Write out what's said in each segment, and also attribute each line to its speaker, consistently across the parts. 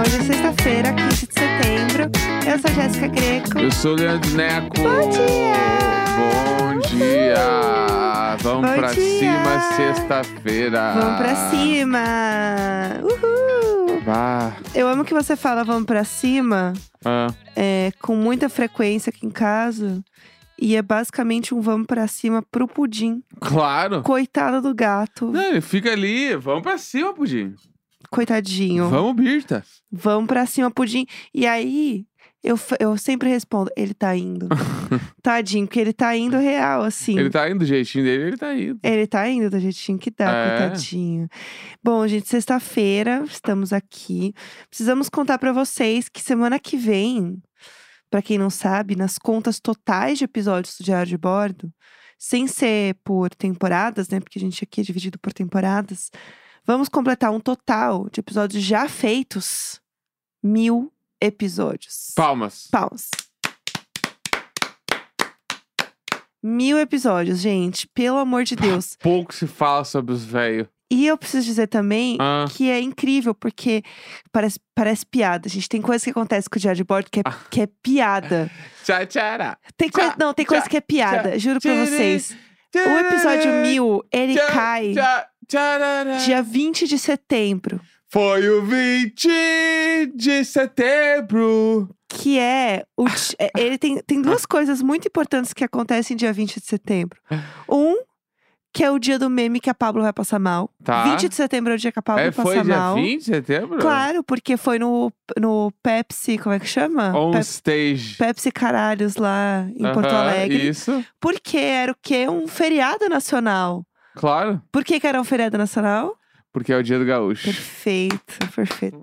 Speaker 1: é sexta-feira, 15 de setembro. Eu sou Jéssica Greco.
Speaker 2: Eu sou o Leandro Neco.
Speaker 1: Bom dia!
Speaker 2: Bom dia! Vamos
Speaker 1: Bom
Speaker 2: pra
Speaker 1: dia!
Speaker 2: cima sexta-feira.
Speaker 1: Vamos pra cima! Uhul!
Speaker 2: Vá.
Speaker 1: Eu amo que você fala vamos pra cima
Speaker 2: Ah,
Speaker 1: é, com muita frequência aqui em casa. E é basicamente um vamos pra cima pro pudim.
Speaker 2: claro.
Speaker 1: Coitado do gato.
Speaker 2: Não, ele fica ali. Vamos pra cima, Pudim.
Speaker 1: Coitadinho.
Speaker 2: Vamos, Birta.
Speaker 1: Vamos pra cima, pudim. E aí, eu, f- eu sempre respondo, ele tá indo. Tadinho, porque ele tá indo real, assim.
Speaker 2: Ele tá indo do jeitinho dele, ele tá indo.
Speaker 1: Ele tá indo do jeitinho que dá,
Speaker 2: É.
Speaker 1: coitadinho. Bom, gente, sexta-feira, estamos aqui. Precisamos contar pra vocês que semana que vem, pra quem não sabe, nas contas totais de episódios do Diário de Bordo, sem ser por temporadas, né? Porque a gente aqui é dividido por temporadas, vamos completar um total de episódios já feitos mil episódios.
Speaker 2: Palmas.
Speaker 1: Paus. Mil episódios, gente. Pelo amor de Deus.
Speaker 2: Pouco se fala sobre os velhos.
Speaker 1: E eu preciso dizer também
Speaker 2: Ah.
Speaker 1: que é incrível, porque parece, parece piada. gente tem coisa que acontece com o diário de bordo que é, que é piada.
Speaker 2: Tchau, Ah. tchau.
Speaker 1: Tem coisa,
Speaker 2: Tchá,
Speaker 1: não, tem coisa
Speaker 2: tchá,
Speaker 1: que é piada, juro pra
Speaker 2: tchá,
Speaker 1: vocês. O episódio mil, ele
Speaker 2: Tchau,
Speaker 1: cai
Speaker 2: tchau, tcharará.
Speaker 1: dia 20 de setembro,
Speaker 2: Foi o 20 de setembro.
Speaker 1: que é. O, di- é, ele tem, tem duas coisas muito importantes que acontecem dia 20 de setembro. Um, que é o dia do meme que a Pablo vai passar mal.
Speaker 2: Tá.
Speaker 1: 20 de setembro é o dia que a Pablo
Speaker 2: é,
Speaker 1: passa
Speaker 2: foi dia
Speaker 1: mal.
Speaker 2: 20 de setembro?
Speaker 1: Claro, porque foi no, no Pepsi, como é que chama?
Speaker 2: On
Speaker 1: Pep-
Speaker 2: stage.
Speaker 1: Pepsi Caralhos lá em Porto
Speaker 2: Aham,
Speaker 1: Alegre.
Speaker 2: Isso,
Speaker 1: Porque era o quê? Um feriado nacional.
Speaker 2: claro.
Speaker 1: Por que, que era um feriado nacional?
Speaker 2: Porque é o dia do gaúcho.
Speaker 1: Perfeito, perfeito.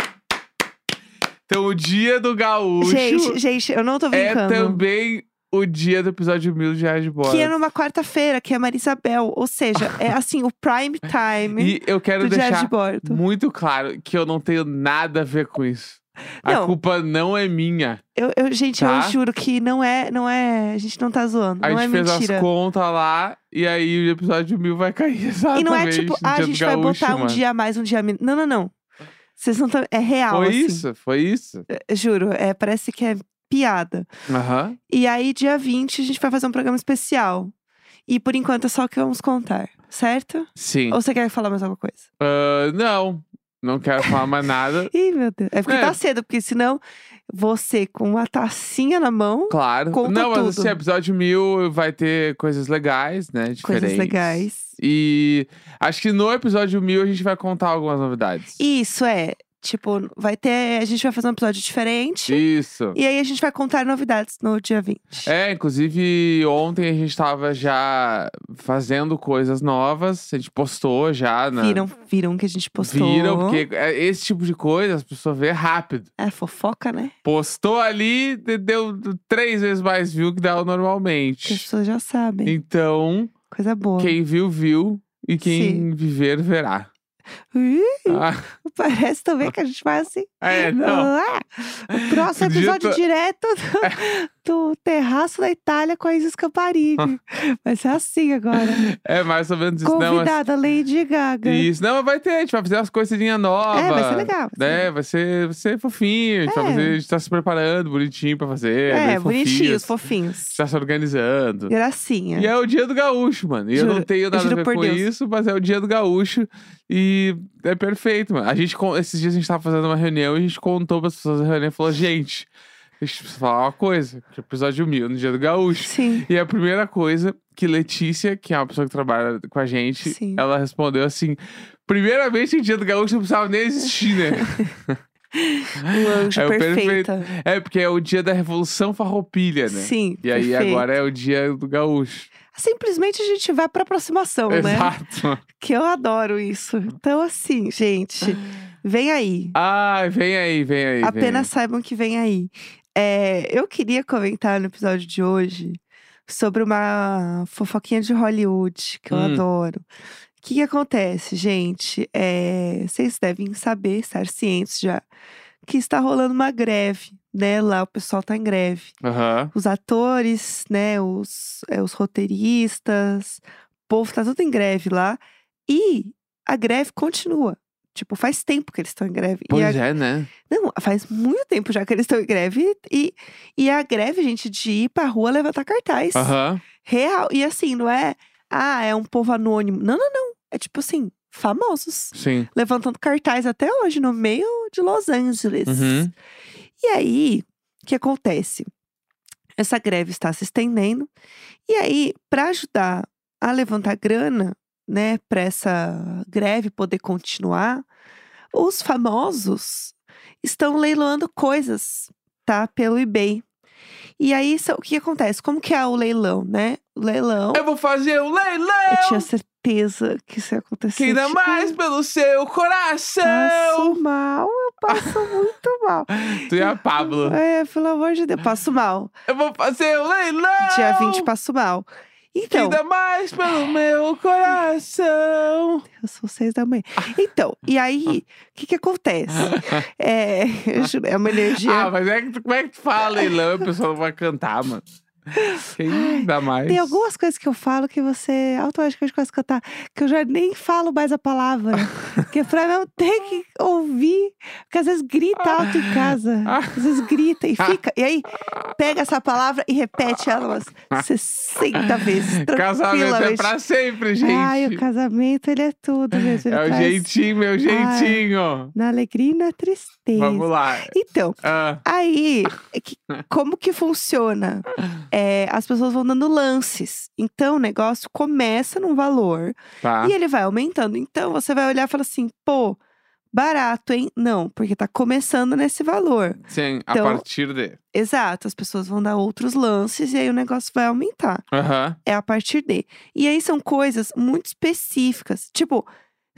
Speaker 2: Então, o dia do gaúcho
Speaker 1: Gente, gente, eu um não tô
Speaker 2: é
Speaker 1: brincando.
Speaker 2: também o dia do episódio 1000 de Reais de Bola.
Speaker 1: Que é numa quarta-feira, que é Marisabel. Ou seja, é assim, o prime time
Speaker 2: E eu quero
Speaker 1: do Diário de
Speaker 2: deixar
Speaker 1: Bordo.
Speaker 2: muito claro que eu não tenho nada a ver com isso.
Speaker 1: Não.
Speaker 2: A culpa não é minha.
Speaker 1: Eu, eu- gente,
Speaker 2: Tá.
Speaker 1: eu juro que não é, não é. A gente não tá zoando.
Speaker 2: a
Speaker 1: não
Speaker 2: gente
Speaker 1: é
Speaker 2: fez
Speaker 1: mentira.
Speaker 2: as contas lá e aí o episódio 1000 vai cair exatamente
Speaker 1: E não é tipo,
Speaker 2: no
Speaker 1: ah, a
Speaker 2: dia do
Speaker 1: gente vai
Speaker 2: gaúcho,
Speaker 1: botar um
Speaker 2: mano.
Speaker 1: dia a mais, um dia a menos. Não, não, não. Vocês não estão. É real,
Speaker 2: Foi
Speaker 1: assim.
Speaker 2: isso, foi isso.
Speaker 1: Eu Juro, é, parece que é piada.
Speaker 2: Aham.
Speaker 1: E aí, dia 20, a gente vai fazer um programa especial. E por enquanto é só o que vamos contar, certo?
Speaker 2: Sim.
Speaker 1: Ou você quer falar mais alguma coisa?
Speaker 2: Ah, não, não quero falar mais nada.
Speaker 1: Ih, meu Deus. É porque
Speaker 2: É.
Speaker 1: tá cedo, porque senão você com uma tacinha na mão,
Speaker 2: Claro.
Speaker 1: Conta
Speaker 2: não,
Speaker 1: tudo.
Speaker 2: mas assim, episódio 1000 vai ter coisas legais, né? Diferentes.
Speaker 1: coisas legais.
Speaker 2: E acho que no episódio 1000 a gente vai contar algumas novidades.
Speaker 1: Isso é, tipo, vai ter. A gente vai fazer um episódio diferente.
Speaker 2: Isso.
Speaker 1: E aí a gente vai contar novidades no dia 20.
Speaker 2: É, inclusive ontem a gente tava já fazendo coisas novas. A gente postou já na.
Speaker 1: Viram, viram que a gente postou.
Speaker 2: né? Viram, porque é, esse tipo de coisa as pessoas vê rápido.
Speaker 1: É fofoca, né?
Speaker 2: Postou ali, de- deu três vezes mais view que dá
Speaker 1: Que as
Speaker 2: normalmente.
Speaker 1: pessoas já sabem.
Speaker 2: Então,
Speaker 1: Coisa boa.
Speaker 2: quem viu, viu. E quem
Speaker 1: Sim.
Speaker 2: viver, verá.
Speaker 1: Ih,
Speaker 2: Ah,
Speaker 1: parece também que a gente vai assim.
Speaker 2: É, não.
Speaker 1: Ah, o próximo
Speaker 2: Podia
Speaker 1: episódio
Speaker 2: tá-
Speaker 1: direto
Speaker 2: É.
Speaker 1: do, do terraço da Itália com a Isis Camparini. Vai ser assim agora.
Speaker 2: É mais ou menos isso. Não, Ah. mas-
Speaker 1: Convidada Lady Gaga.
Speaker 2: Isso, não, mas vai ter, a gente vai fazer umas coisinhas novas.
Speaker 1: É, vai ser legal. vai ser legal.
Speaker 2: Né? Vai ser, vai ser fofinho, a gente, vai
Speaker 1: É.
Speaker 2: fazer, a gente tá se preparando bonitinho pra fazer.
Speaker 1: É,
Speaker 2: bem fofinho,
Speaker 1: bonitinhos,
Speaker 2: A gente
Speaker 1: fofinhos.
Speaker 2: tá se organizando.
Speaker 1: Gracinha.
Speaker 2: E é o dia do gaúcho, mano. E eu
Speaker 1: Juro,
Speaker 2: não tenho nada
Speaker 1: juro
Speaker 2: a ver
Speaker 1: por
Speaker 2: com
Speaker 1: Deus.
Speaker 2: isso, mas é o dia do gaúcho. E é perfeito, mano. A gente, con- esses dias a gente tava fazendo uma reunião e a gente contou pras pessoas da reunião e falou: gente, a gente precisa falar uma coisa, que é episódio mil no dia do gaúcho.
Speaker 1: Sim.
Speaker 2: E a primeira coisa que Letícia, que é uma pessoa que trabalha com a gente,
Speaker 1: Sim.
Speaker 2: ela respondeu assim: primeiramente, o dia do gaúcho não precisava nem existir, né?
Speaker 1: Um anjo
Speaker 2: É o perfeito.
Speaker 1: perfeita.
Speaker 2: é, porque é o dia da Revolução Farroupilha, né?
Speaker 1: Sim.
Speaker 2: E aí
Speaker 1: perfeito. Ah,
Speaker 2: agora é o dia do gaúcho.
Speaker 1: Simplesmente a gente vai pra aproximação, né?
Speaker 2: Exato.
Speaker 1: Que eu adoro isso. Então, assim, gente, vem aí.
Speaker 2: Ai, vem aí, vem aí. vem
Speaker 1: Apenas
Speaker 2: aí.
Speaker 1: saibam que vem aí. É, eu queria comentar no episódio de hoje sobre uma fofoquinha de Hollywood que eu
Speaker 2: Hum.
Speaker 1: adoro. O que, que acontece, gente? É, vocês devem saber, estar cientes já, que está rolando uma greve, né? Lá o pessoal tá em greve.
Speaker 2: Aham.
Speaker 1: Os atores, né? Os, é, os roteiristas, o povo tá tudo em greve lá. E a greve continua. Tipo, faz tempo que eles estão em greve. E
Speaker 2: Pois
Speaker 1: a-
Speaker 2: é, né?
Speaker 1: Não, faz muito tempo já que eles estão em greve. E, e a greve, gente, de ir pra rua levantar cartaz.
Speaker 2: Aham.
Speaker 1: Real. E assim, não é. Ah, é um povo anônimo. Não, não, não. É tipo assim, famosos.
Speaker 2: Sim.
Speaker 1: Levantando cartaz até hoje, no meio de Los Angeles.
Speaker 2: Uhum.
Speaker 1: E aí, o que acontece? Essa greve está se estendendo. E aí, para ajudar a levantar grana, né, para essa greve poder continuar, os famosos estão leiloando coisas, tá, pelo eBay. E aí, são- o que acontece? Como que é o leilão, né? O leilão,
Speaker 2: Eu vou fazer um leilão!
Speaker 1: eu tinha certeza que isso ia acontecer.
Speaker 2: Quem dá
Speaker 1: Tipo,
Speaker 2: mais pelo seu coração!
Speaker 1: Passo mal, eu passo muito mal.
Speaker 2: Tu e a Pablo.
Speaker 1: É, pelo amor de Deus, passo mal.
Speaker 2: Eu vou fazer um leilão!
Speaker 1: Dia 20 passo mal.
Speaker 2: Quem
Speaker 1: Então,
Speaker 2: dá mais pelo meu coração!
Speaker 1: eu sou seis da manhã. Então, e aí, o que que acontece? É, eu juro, é uma energia.
Speaker 2: Ah, mas é que, tu- como é que tu fala leilão e o pessoal não vai cantar, mano? Quem dá mais?
Speaker 1: Tem algumas coisas que eu falo que você automaticamente começa a cantar, que eu já nem falo mais a palavra. que é pra não ter que ouvir. Porque às vezes grita alto em casa. Às vezes grita e fica. E aí, pega essa palavra e repete ela umas 60
Speaker 2: Casamento é
Speaker 1: vezes. tranquilamente.
Speaker 2: pra sempre, gente.
Speaker 1: Ai, o casamento, ele é tudo mesmo. ele
Speaker 2: é o
Speaker 1: traz-
Speaker 2: jeitinho, meu jeitinho.
Speaker 1: Na alegria e na tristeza.
Speaker 2: Vamos lá.
Speaker 1: Então,
Speaker 2: Ah,
Speaker 1: aí, é que- como que funciona? É, as pessoas vão dando lances. Então, o negócio começa num valor
Speaker 2: tá.
Speaker 1: e ele vai aumentando. Então, você vai olhar e fala assim, pô, barato, hein? Não, porque tá começando nesse valor.
Speaker 2: Sim, a
Speaker 1: Então-
Speaker 2: partir de.
Speaker 1: Exato, as pessoas vão dar outros lances e aí o negócio vai aumentar.
Speaker 2: Aham.
Speaker 1: É a partir de. E aí são coisas muito específicas. Tipo,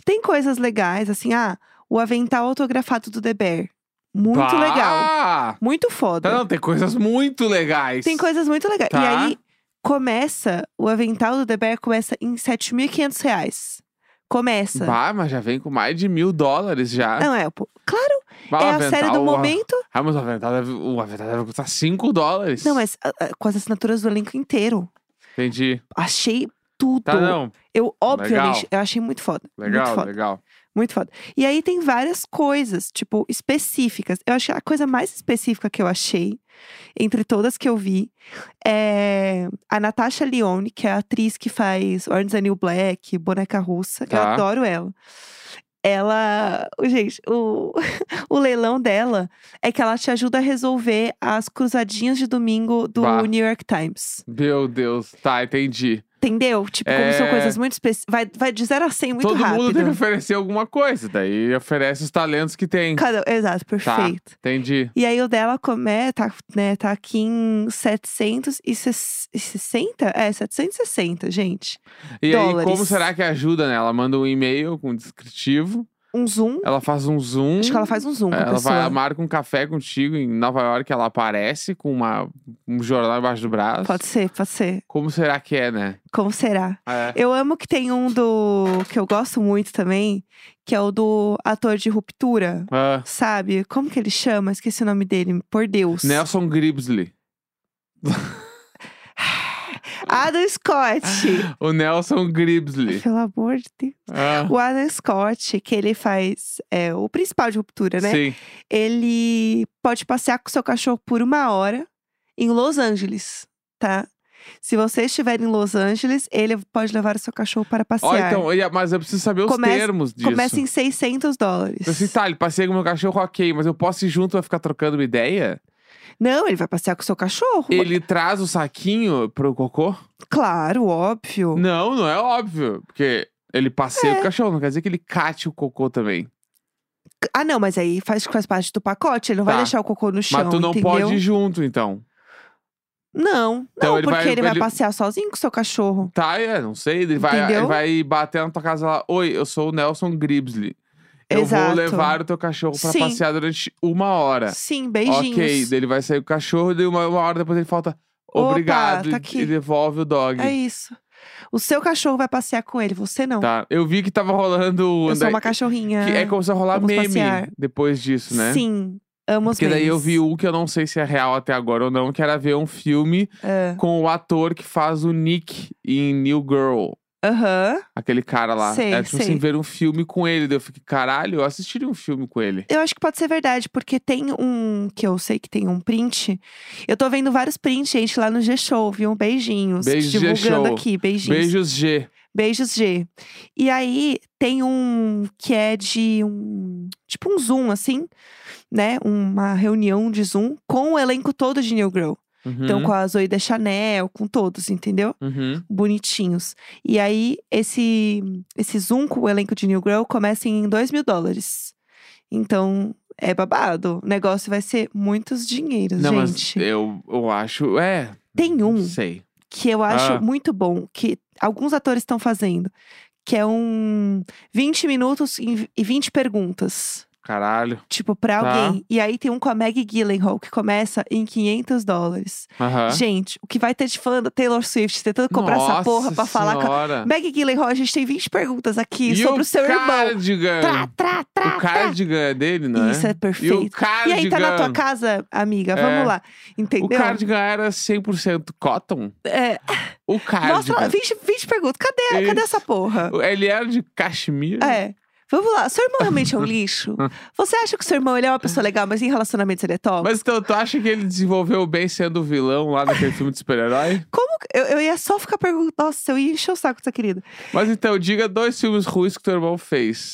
Speaker 1: tem coisas legais, assim, ah, o avental autografado do Deber. Muito
Speaker 2: Tá.
Speaker 1: legal. Muito foda.
Speaker 2: Tá, não, tem coisas muito legais.
Speaker 1: Tem coisas muito legais. E
Speaker 2: Tá.
Speaker 1: aí, começa, o avental do Deber começa em 7.500 reais. Começa.
Speaker 2: Bah, mas já vem com mais de mil dólares já.
Speaker 1: Não é, pô. Claro,
Speaker 2: Bah,
Speaker 1: é
Speaker 2: o
Speaker 1: a série do
Speaker 2: avental, ah,
Speaker 1: momento.
Speaker 2: Ah, mas o avental deve, o avental deve custar 5 dólares.
Speaker 1: Não, mas ah, ah, com as assinaturas do elenco inteiro.
Speaker 2: Entendi.
Speaker 1: Achei tudo.
Speaker 2: Tá, não.
Speaker 1: Eu, obviamente,
Speaker 2: Legal.
Speaker 1: eu achei muito foda. muito
Speaker 2: Legal,
Speaker 1: foda.
Speaker 2: legal.
Speaker 1: Muito foda. E aí tem várias coisas, tipo, específicas. Eu acho que a coisa mais específica que eu achei, entre todas que eu vi, é a Natasha Leone, que é a atriz que faz Orange is the New Black, Boneca Russa. Eu
Speaker 2: Tá.
Speaker 1: adoro ela. Ela. Gente, o, o leilão dela é que ela te ajuda a resolver as cruzadinhas de domingo do
Speaker 2: Bah.
Speaker 1: New York Times.
Speaker 2: Meu Deus. Tá, entendi.
Speaker 1: Entendeu? Tipo, como são
Speaker 2: É.
Speaker 1: coisas muito específicas. Vai, vai de 0 a 100 muito
Speaker 2: Todo
Speaker 1: rápido.
Speaker 2: mundo tem que oferecer alguma coisa. Daí oferece os talentos que tem.
Speaker 1: Cada- Exato,
Speaker 2: Tá.
Speaker 1: perfeito.
Speaker 2: Entendi.
Speaker 1: E aí o dela come, tá, né, tá aqui em 760? É, 760, gente.
Speaker 2: E aí,
Speaker 1: Dólares.
Speaker 2: como será que ajuda, né? Ela manda um e-mail com um descritivo.
Speaker 1: Um zoom.
Speaker 2: Ela faz um zoom.
Speaker 1: Acho que ela faz um zoom com a
Speaker 2: É, Ela
Speaker 1: pessoa.
Speaker 2: vai, marca um café contigo em Nova York. Ela aparece com uma, um jornal embaixo do braço.
Speaker 1: Pode ser, pode ser.
Speaker 2: Como será que é, né?
Speaker 1: Como será?
Speaker 2: É.
Speaker 1: Eu amo que tem um do. que eu gosto muito também, que é o do ator de ruptura.
Speaker 2: Ah,
Speaker 1: Sabe? Como que ele chama? Esqueci o nome dele, por Deus.
Speaker 2: Nelson Gribsley.
Speaker 1: Adam Scott!
Speaker 2: O Nelson Gribsley.
Speaker 1: Pelo amor de Deus.
Speaker 2: Ah,
Speaker 1: O Adam Scott, que ele faz é, o principal de ruptura, né?
Speaker 2: Sim.
Speaker 1: ele pode passear com seu cachorro por uma hora em Los Angeles, tá? Se você estiver em Los Angeles, ele pode levar o seu cachorro para
Speaker 2: Ó,
Speaker 1: passear.
Speaker 2: então, e- mas eu preciso saber os
Speaker 1: Comece-
Speaker 2: termos disso.
Speaker 1: é. Começa em 600 dólares.
Speaker 2: Eu assim, tá, ele passei com meu cachorro, ok, mas eu posso ir junto pra ficar trocando uma ideia?
Speaker 1: Não, ele vai passear com o seu cachorro.
Speaker 2: Ele traz o saquinho pro cocô?
Speaker 1: Claro, óbvio.
Speaker 2: Não, não é óbvio. Porque ele
Speaker 1: É.
Speaker 2: passeia com o cachorro, não quer dizer que ele cate o cocô também.
Speaker 1: Ah, não, mas aí faz, faz parte do pacote, ele não
Speaker 2: Tá.
Speaker 1: vai deixar o cocô no chão,
Speaker 2: mas tu não
Speaker 1: entendeu?
Speaker 2: pode ir junto, então.
Speaker 1: Não,
Speaker 2: Então
Speaker 1: não,
Speaker 2: ele
Speaker 1: porque
Speaker 2: vai-
Speaker 1: ele vai
Speaker 2: ele-
Speaker 1: passear sozinho com o seu cachorro.
Speaker 2: Tá, é, não sei. Ele vai,
Speaker 1: Entendeu?
Speaker 2: ele vai bater na tua casa lá. Oi, eu sou o Nelson Gribsley. Eu
Speaker 1: Exato.
Speaker 2: vou levar o teu cachorro pra
Speaker 1: Sim.
Speaker 2: passear durante uma hora.
Speaker 1: Sim, beijinhos.
Speaker 2: Ok, daí ele vai sair com o cachorro, daí uma, uma hora depois ele falta. Obrigado.
Speaker 1: tá
Speaker 2: e-
Speaker 1: aqui.
Speaker 2: E devolve o dog.
Speaker 1: É isso. O seu cachorro vai passear com ele, você não.
Speaker 2: Tá. Eu vi que tava rolando.
Speaker 1: Eu sou
Speaker 2: daí-
Speaker 1: uma cachorrinha.
Speaker 2: que é como se rolar
Speaker 1: Vamos
Speaker 2: meme
Speaker 1: passear.
Speaker 2: depois disso, né?
Speaker 1: Sim, amo os
Speaker 2: Porque daí eu
Speaker 1: memes.
Speaker 2: vi um que eu não sei se é real até agora ou não, que era ver um filme
Speaker 1: É.
Speaker 2: com o ator que faz o Nick em New Girl.
Speaker 1: Aham.
Speaker 2: Aquele cara lá.
Speaker 1: Sei,
Speaker 2: é tipo
Speaker 1: sei.
Speaker 2: assim, ver um filme com ele. Daí eu fiquei, caralho, eu assistiria um filme com ele.
Speaker 1: Eu acho que pode ser verdade, porque tem um que eu sei que tem um print. Eu tô vendo vários prints, gente, lá no G-Show, viu? Beijinhos.
Speaker 2: Beijo,
Speaker 1: divulgando
Speaker 2: G-Show.
Speaker 1: aqui, beijinhos.
Speaker 2: Beijos, G.
Speaker 1: Beijos, G. E aí tem um que é de um. Tipo um Zoom, assim, né? Uma reunião de Zoom com o elenco todo de New Girl.
Speaker 2: Uhum,
Speaker 1: Então, com a Zoe da Chanel, com todos, entendeu?
Speaker 2: uhum.
Speaker 1: Bonitinhos. E aí, esse, esse Zoom com o elenco de New Girl começa em 2 mil dólares. Então, é babado. O negócio vai ser muitos dinheiros,
Speaker 2: Não, mas é
Speaker 1: gente.
Speaker 2: eu, eu acho. É.
Speaker 1: Tem um
Speaker 2: Não sei.
Speaker 1: que eu acho
Speaker 2: Ah.
Speaker 1: muito bom, que alguns atores estão fazendo, que é um 20 minutos e e 20 perguntas,
Speaker 2: Caralho.
Speaker 1: tipo, pra
Speaker 2: Tá.
Speaker 1: alguém. E aí tem um com a Maggie Gyllenhaal, que começa em 500 dólares.
Speaker 2: Aham.
Speaker 1: Gente, o que vai ter de fã da Taylor Swift tentando comprar essa porra pra falar com a...
Speaker 2: senhora.
Speaker 1: Maggie Gyllenhaal, a gente tem 20 perguntas aqui
Speaker 2: Tá. E
Speaker 1: sobre o seu irmão.
Speaker 2: cardigan?
Speaker 1: Trá, trá, trá,
Speaker 2: o
Speaker 1: trá.
Speaker 2: cardigan é dele, não é?
Speaker 1: Isso é
Speaker 2: E o
Speaker 1: perfeito.
Speaker 2: cardigan.
Speaker 1: E aí, tá na tua casa, amiga?
Speaker 2: É.
Speaker 1: Vamos lá.
Speaker 2: O
Speaker 1: Entendeu?
Speaker 2: cardigan era 100% cotton?
Speaker 1: É.
Speaker 2: O cardigan.
Speaker 1: Mostra, 20, 20 perguntas. Cadê, cadê essa porra?
Speaker 2: Ele era de cachemira?
Speaker 1: É. Vamos lá, seu irmão realmente é um lixo? Você acha que o seu irmão ele é uma pessoa legal, mas em relacionamento ele é top?
Speaker 2: Mas então, tu acha que ele desenvolveu bem sendo vilão lá naquele filme de super-herói?
Speaker 1: Como que- eu, eu ia só ficar perguntando, nossa, eu ia encher o saco dessa querida.
Speaker 2: Mas então, diga dois filmes ruins que teu irmão fez.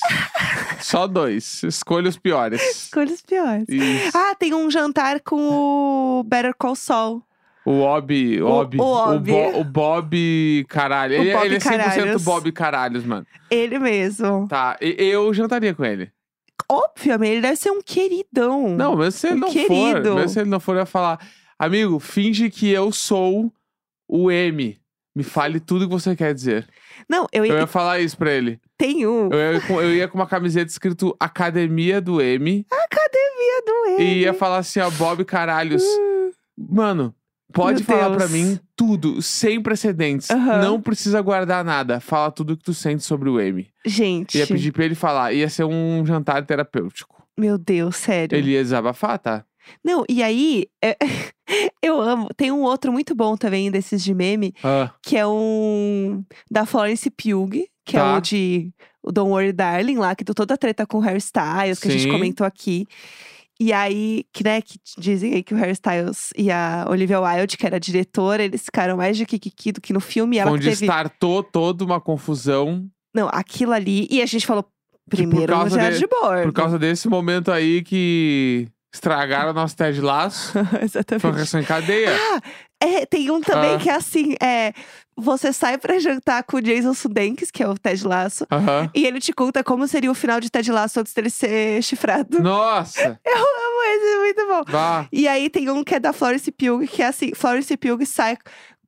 Speaker 2: Só dois. Escolha os piores.
Speaker 1: Escolhas piores.
Speaker 2: Isso.
Speaker 1: Ah, tem um jantar com o Better Call Saul.
Speaker 2: O Obi, o
Speaker 1: O-
Speaker 2: Obi,
Speaker 1: o
Speaker 2: o,
Speaker 1: Obi.
Speaker 2: Bo- o Bob Caralho.
Speaker 1: O
Speaker 2: ele,
Speaker 1: Bob
Speaker 2: ele é 100%
Speaker 1: Caralhos.
Speaker 2: Bob Caralhos, mano.
Speaker 1: Ele mesmo.
Speaker 2: Tá, e- eu jantaria com ele.
Speaker 1: Obviamente, ele deve ser um queridão.
Speaker 2: Não, mesmo se ele
Speaker 1: Um
Speaker 2: não
Speaker 1: querido.
Speaker 2: for, mesmo se ele não for, eu ia falar: Amigo, finge que eu sou o M. Me fale tudo que você quer dizer.
Speaker 1: Não, eu ia.
Speaker 2: Eu ia falar isso pra ele.
Speaker 1: Tem um.
Speaker 2: Eu ia com, eu ia com uma camiseta escrito Academia do M
Speaker 1: Academia é do ele.
Speaker 2: e ia falar assim, ó, Bob Caralhos. Mano, pode
Speaker 1: Uhum. Meu
Speaker 2: falar
Speaker 1: Deus.
Speaker 2: pra mim tudo, sem precedentes.
Speaker 1: Aham.
Speaker 2: Não precisa guardar nada. Fala tudo que tu sente sobre o M.
Speaker 1: Gente,
Speaker 2: Ia é- pedir pra ele falar. Ia ser um jantar terapêutico.
Speaker 1: meu Deus, sério.
Speaker 2: Ele ia desabafar, tá?
Speaker 1: Não, e aí, é- eu amo. Tem um outro muito bom também desses de meme,
Speaker 2: Ah,
Speaker 1: que é um da Florence Pugh, que é
Speaker 2: Tá.
Speaker 1: o de o Don't Worry Darling lá, que deu toda a treta com o Harry Styles, que a gente
Speaker 2: Sim.
Speaker 1: comentou aqui. E aí, que, né, que dizem aí que o Harry Styles e a Olivia Wilde, que era a diretora, eles ficaram mais de Kikiki do que no filme. E ela que
Speaker 2: onde
Speaker 1: teve...
Speaker 2: startou toda uma confusão
Speaker 1: Não, aquilo ali. E a gente falou,
Speaker 2: Tipo, por
Speaker 1: primeiro no
Speaker 2: causa
Speaker 1: Gerard
Speaker 2: de-
Speaker 1: de Bordo.
Speaker 2: por causa desse momento aí que estragaram o nosso Ted Laço. Foi uma
Speaker 1: Exatamente.
Speaker 2: reação em cadeia.
Speaker 1: É, tem um também
Speaker 2: Ah.
Speaker 1: que é assim, é... Você sai pra jantar com o Jason Sudeikis, que é o Ted Lasso.
Speaker 2: Aham.
Speaker 1: E ele te conta como seria o final de Ted Lasso antes dele ser chifrado.
Speaker 2: Nossa!
Speaker 1: Amo esse, é muito bom.
Speaker 2: Vá.
Speaker 1: E aí tem um que é da Florence Pugh, que é assim, Florence Pugh sai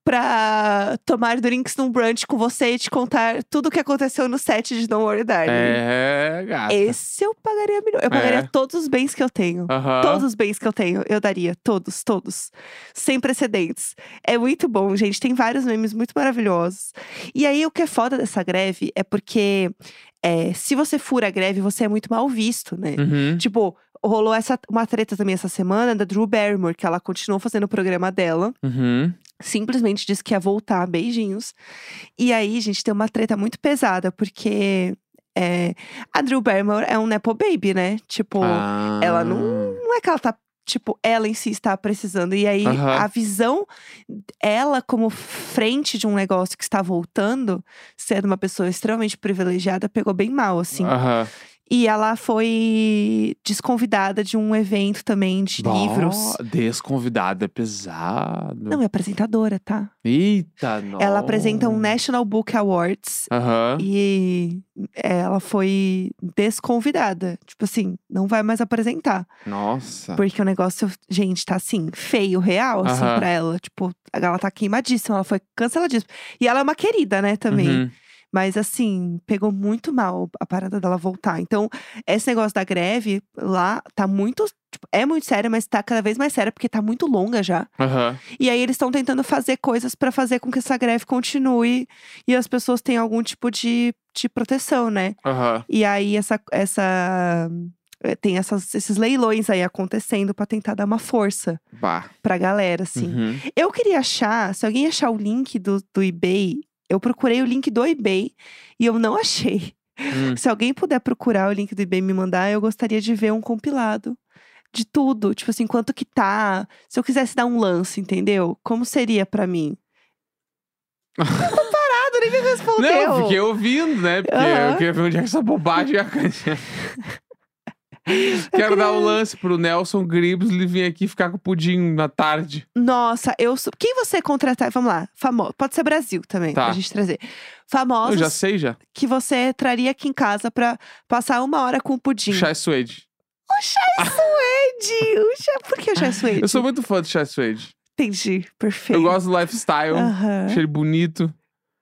Speaker 1: pra tomar drinks num brunch com você e te contar tudo o que aconteceu no set de Don't Worry Darling.
Speaker 2: É, gata.
Speaker 1: Esse eu pagaria melhor. Eu pagaria
Speaker 2: É.
Speaker 1: todos os bens que eu tenho.
Speaker 2: Aham.
Speaker 1: Todos os bens que eu tenho, eu daria. Todos, todos. Sem precedentes. É muito bom, gente. Tem vários memes muito maravilhosos. E aí, o que é foda dessa greve é porque é, se você fura a greve, você é muito mal visto, né?
Speaker 2: Uhum.
Speaker 1: Tipo, rolou essa, uma treta também essa semana da Drew Barrymore, que ela continuou fazendo o programa dela.
Speaker 2: Uhum.
Speaker 1: Simplesmente disse que ia voltar, beijinhos. E aí, gente, tem uma treta muito pesada, porque é, a Drew Barrymore é um Nepo Baby, né? Tipo,
Speaker 2: Ah.
Speaker 1: ela não- não é que ela tá. Tipo, ela em si está precisando. E aí,
Speaker 2: Aham.
Speaker 1: a visão, ela como frente de um negócio que está voltando, sendo uma pessoa extremamente privilegiada, pegou bem mal, assim.
Speaker 2: Aham.
Speaker 1: E ela foi desconvidada de um evento também de
Speaker 2: Bah,
Speaker 1: livros.
Speaker 2: Desconvidada, é pesado.
Speaker 1: Não, é apresentadora, tá?
Speaker 2: Eita, não.
Speaker 1: Ela apresenta um National Book Awards.
Speaker 2: Aham.
Speaker 1: E ela foi desconvidada. Tipo assim, não vai mais apresentar.
Speaker 2: Nossa.
Speaker 1: Porque o negócio, gente, tá assim, feio, real, assim,
Speaker 2: Aham.
Speaker 1: pra ela. Tipo, ela tá queimadíssima, ela foi canceladíssima. E ela é uma querida, né, também.
Speaker 2: Uhum.
Speaker 1: Mas assim, pegou muito mal a parada dela voltar. Então, esse negócio da greve lá tá muito. tipo, é muito sério, mas tá cada vez mais sério, porque tá muito longa já.
Speaker 2: Aham.
Speaker 1: E aí eles estão tentando fazer coisas pra fazer com que essa greve continue e as pessoas tenham algum tipo de, de proteção, né?
Speaker 2: Aham.
Speaker 1: E aí essa. essa eh, tem essas- esses leilões aí acontecendo pra tentar dar uma força
Speaker 2: Bah.
Speaker 1: pra galera, assim.
Speaker 2: Uhum.
Speaker 1: Eu queria achar, se alguém achar o link do, do eBay Eu procurei o link do eBay e eu não achei.
Speaker 2: Hum.
Speaker 1: Se alguém puder procurar o link do eBay e me mandar, eu gostaria de ver um compilado de tudo. Tipo assim, quanto que tá. Se eu quisesse dar um lance, entendeu? Como seria pra mim? Tá parado, ninguém respondeu.
Speaker 2: Não, eu fiquei ouvindo, né? Porque eu
Speaker 1: Aham.
Speaker 2: queria ver onde é que essa bobagem ia Quero dar um lance pro Nelson Gribbs ele vir aqui ficar com o pudim na tarde.
Speaker 1: Nossa, eu sou. Quem você contratar? Vamos lá, famoso. Pode ser Brasil também,
Speaker 2: Tá.
Speaker 1: pra gente trazer.
Speaker 2: Eu
Speaker 1: Famosos
Speaker 2: já sei já.
Speaker 1: que você traria aqui em casa pra passar uma hora com o pudim.
Speaker 2: Chai Suede.
Speaker 1: O Chai Suede! o Chai... Por que o Chai Suede?
Speaker 2: Eu sou muito fã do Chai Suede.
Speaker 1: Entendi, perfeito.
Speaker 2: Eu gosto do lifestyle.
Speaker 1: Aham,
Speaker 2: Achei ele bonito.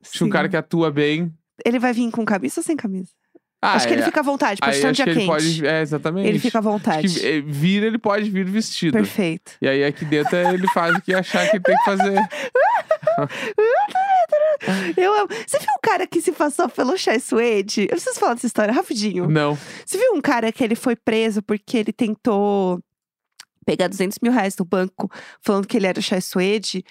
Speaker 2: Achei um
Speaker 1: sim.
Speaker 2: cara que atua bem.
Speaker 1: Ele vai vir com camisa ou sem camisa?
Speaker 2: Ah,
Speaker 1: acho que ele
Speaker 2: é.
Speaker 1: fica à vontade, pode
Speaker 2: Aí
Speaker 1: estar um
Speaker 2: acho
Speaker 1: dia
Speaker 2: que ele
Speaker 1: quente.
Speaker 2: pode. É, exatamente.
Speaker 1: Ele fica à
Speaker 2: Acho
Speaker 1: vontade.
Speaker 2: que, eh, vira, ele pode vir vestido.
Speaker 1: Perfeito.
Speaker 2: E aí aqui dentro é, ele faz o que achar que ele tem que fazer.
Speaker 1: Eu amo. Você viu um cara que se passou pelo Chai Suede? Eu preciso falar dessa história rapidinho.
Speaker 2: Não.
Speaker 1: Você viu um cara que ele foi preso porque ele tentou pegar 200 mil reais do banco, falando que ele era o Chai Suede,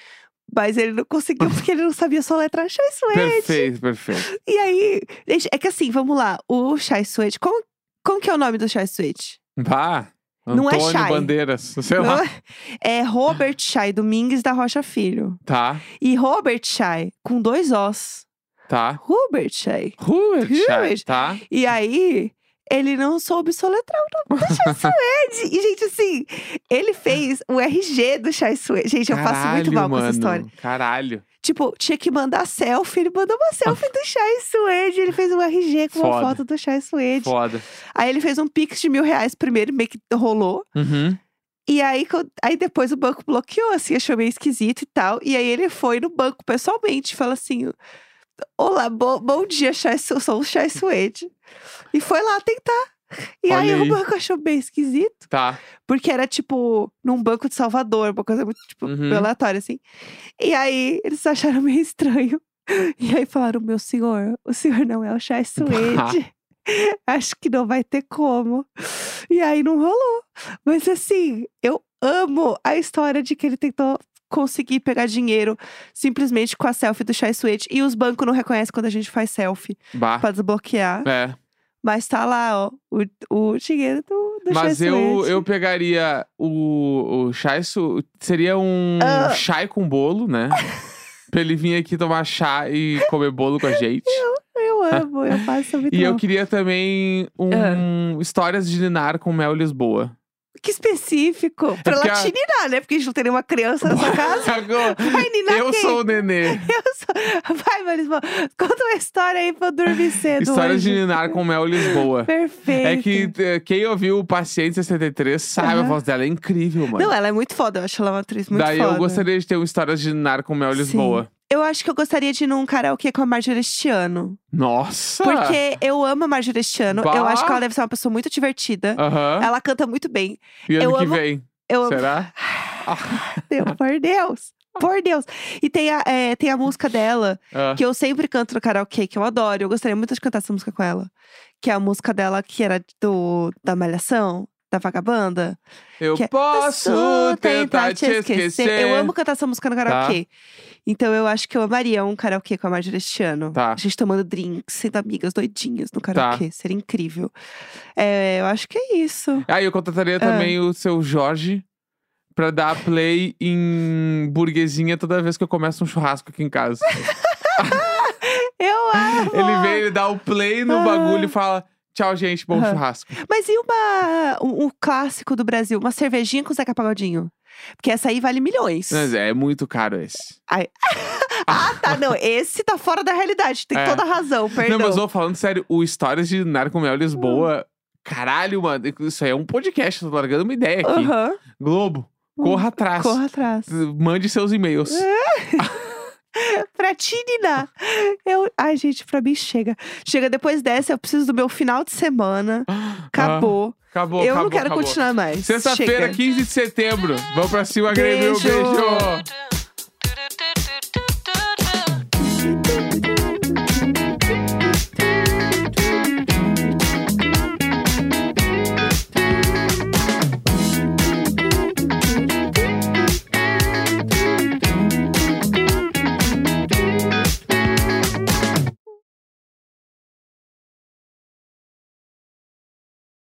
Speaker 1: mas ele não conseguiu porque ele não sabia só letra Chai Suede.
Speaker 2: Perfeito, perfeito.
Speaker 1: E aí, gente, é que assim, vamos lá, o Chai Suede, como, como que é o nome do Chai Suede?
Speaker 2: Vá.
Speaker 1: Não é
Speaker 2: Antônio
Speaker 1: shy.
Speaker 2: Bandeiras. Sei lá.
Speaker 1: É Robert Chai Domingues da Rocha Filho.
Speaker 2: Tá,
Speaker 1: E Robert Chai, com dois Os.
Speaker 2: tá.
Speaker 1: Robert Chai.
Speaker 2: Hubert,
Speaker 1: Hubert.
Speaker 2: tá?
Speaker 1: E aí, ele não soube soletrar o nome do Chai Suede. E, gente, assim, ele fez o RG do Chai Suede. Gente, eu faço muito
Speaker 2: Caralho,
Speaker 1: mal com
Speaker 2: mano.
Speaker 1: essa história.
Speaker 2: Caralho.
Speaker 1: Tipo, tinha que mandar selfie. Ele mandou uma selfie do Chai Suede. Ele fez um RG com uma
Speaker 2: Foda.
Speaker 1: foto do Chai Suede.
Speaker 2: Foda.
Speaker 1: Aí ele fez um pix de mil reais primeiro, meio que rolou.
Speaker 2: Uhum.
Speaker 1: E aí, quando- aí depois o banco bloqueou, assim, achou meio esquisito e tal. E aí ele foi no banco pessoalmente, fala assim: Olá, bo- bom dia, Chai, Su- sou o Chai Suede. E foi lá tentar. E
Speaker 2: Olha
Speaker 1: aí,
Speaker 2: aí.
Speaker 1: o banco achou bem esquisito,
Speaker 2: Tá.
Speaker 1: porque era tipo num banco de Salvador, uma coisa muito tipo,
Speaker 2: Uhum.
Speaker 1: aleatória, assim. E aí eles acharam meio estranho. E aí falaram: Meu senhor, o senhor não é o Chai Suede. Acho que não vai ter como. E aí não rolou. Mas assim, eu amo a história de que ele tentou conseguir pegar dinheiro simplesmente com a selfie do Chai Suede. E os bancos não reconhecem quando a gente faz selfie
Speaker 2: Bah.
Speaker 1: pra desbloquear.
Speaker 2: É.
Speaker 1: Mas tá lá, ó, o, o dinheiro do, do Chai
Speaker 2: Mas eu,
Speaker 1: Suede.
Speaker 2: eu pegaria o, o chá, isso seria um
Speaker 1: Ah.
Speaker 2: chá com bolo, né? pra ele vir aqui tomar chá e comer bolo com a gente.
Speaker 1: Eu amo, eu faço muito
Speaker 2: E eu
Speaker 1: mal.
Speaker 2: queria também um
Speaker 1: Ah.
Speaker 2: histórias de Ninar com Mel Lisboa.
Speaker 1: Que específico. Pra
Speaker 2: É porque a-
Speaker 1: ela te ninar, né? Porque a gente não tem nenhuma criança na sua casa.
Speaker 2: Agora,
Speaker 1: Vai ninar
Speaker 2: eu
Speaker 1: quem?
Speaker 2: sou o nenê.
Speaker 1: Eu sou... Vai, Marisol. Conta uma história aí pra eu dormir cedo
Speaker 2: Histórias
Speaker 1: hoje.
Speaker 2: de Ninar com Mel Lisboa.
Speaker 1: Perfeito.
Speaker 2: É que eh, quem ouviu o Paciente 63 sabe, a
Speaker 1: Aham.
Speaker 2: voz dela é incrível, mano.
Speaker 1: Não, ela é muito foda. Eu acho ela uma atriz muito
Speaker 2: Daí
Speaker 1: foda.
Speaker 2: eu gostaria de ter um Histórias de Ninar com Mel
Speaker 1: Sim.
Speaker 2: Lisboa.
Speaker 1: Eu acho que eu gostaria de ir num karaokê com a Marjorie este ano.
Speaker 2: Nossa!
Speaker 1: Porque eu amo a Marjorie este ano. Eu
Speaker 2: Ah. Bah.
Speaker 1: acho que ela deve ser uma pessoa muito divertida.
Speaker 2: Aham.
Speaker 1: Ela canta muito bem.
Speaker 2: E ano
Speaker 1: eu
Speaker 2: que
Speaker 1: amo-
Speaker 2: vem,
Speaker 1: Eu amo.
Speaker 2: será?
Speaker 1: Deus, por Deus. Por Deus. E tem a, é, tem a música dela,
Speaker 2: Ah,
Speaker 1: que eu sempre canto no karaokê, que eu adoro. Eu gostaria muito de cantar essa música com ela. Que é a música dela que era do, da Malhação, da Vagabanda.
Speaker 2: Eu
Speaker 1: que é-
Speaker 2: posso tentar te esquecer. Tá.
Speaker 1: Eu amo cantar essa música no karaokê. Então eu acho que eu amaria um karaokê com a Marjorie este ano.
Speaker 2: Tá.
Speaker 1: A gente tomando drinks, sendo amigas doidinhas no karaokê. Seria incrível. É, eu acho que é isso.
Speaker 2: Ah, eu contrataria também o seu Jorge pra dar play em burguesinha toda vez que eu começo um churrasco aqui em casa.
Speaker 1: Eu amo!
Speaker 2: ele vem, ele dá o play no
Speaker 1: Ah.
Speaker 2: bagulho e fala: Tchau, gente, bom
Speaker 1: Aham.
Speaker 2: churrasco.
Speaker 1: Mas e uma, um, um clássico do Brasil? Uma cervejinha com Zeca Pagodinho? Porque essa aí vale milhões.
Speaker 2: Mas é muito caro esse.
Speaker 1: Ah, tá, não. Esse tá fora da realidade. Tem
Speaker 2: É.
Speaker 1: toda a razão, perdão.
Speaker 2: Não, mas ô, falando sério, o Stories de Narcomel Lisboa.
Speaker 1: Hum.
Speaker 2: Caralho, mano, isso aí é um podcast, eu tô largando uma ideia aqui.
Speaker 1: Aham. Hum,
Speaker 2: Globo, corra atrás.
Speaker 1: Corra É. atrás.
Speaker 2: Mande seus e-mails.
Speaker 1: pra te ninar. Eu... Ai, gente, pra mim chega. Chega depois dessa, eu preciso do meu final de semana. Acabou.
Speaker 2: Ah, acabou,
Speaker 1: eu
Speaker 2: acabou,
Speaker 1: não quero
Speaker 2: acabou.
Speaker 1: continuar mais.
Speaker 2: Sexta-feira,
Speaker 1: Chega.
Speaker 2: 15 de setembro. Vamos pra cima, Grêmio.
Speaker 1: Beijo.
Speaker 2: Beijo.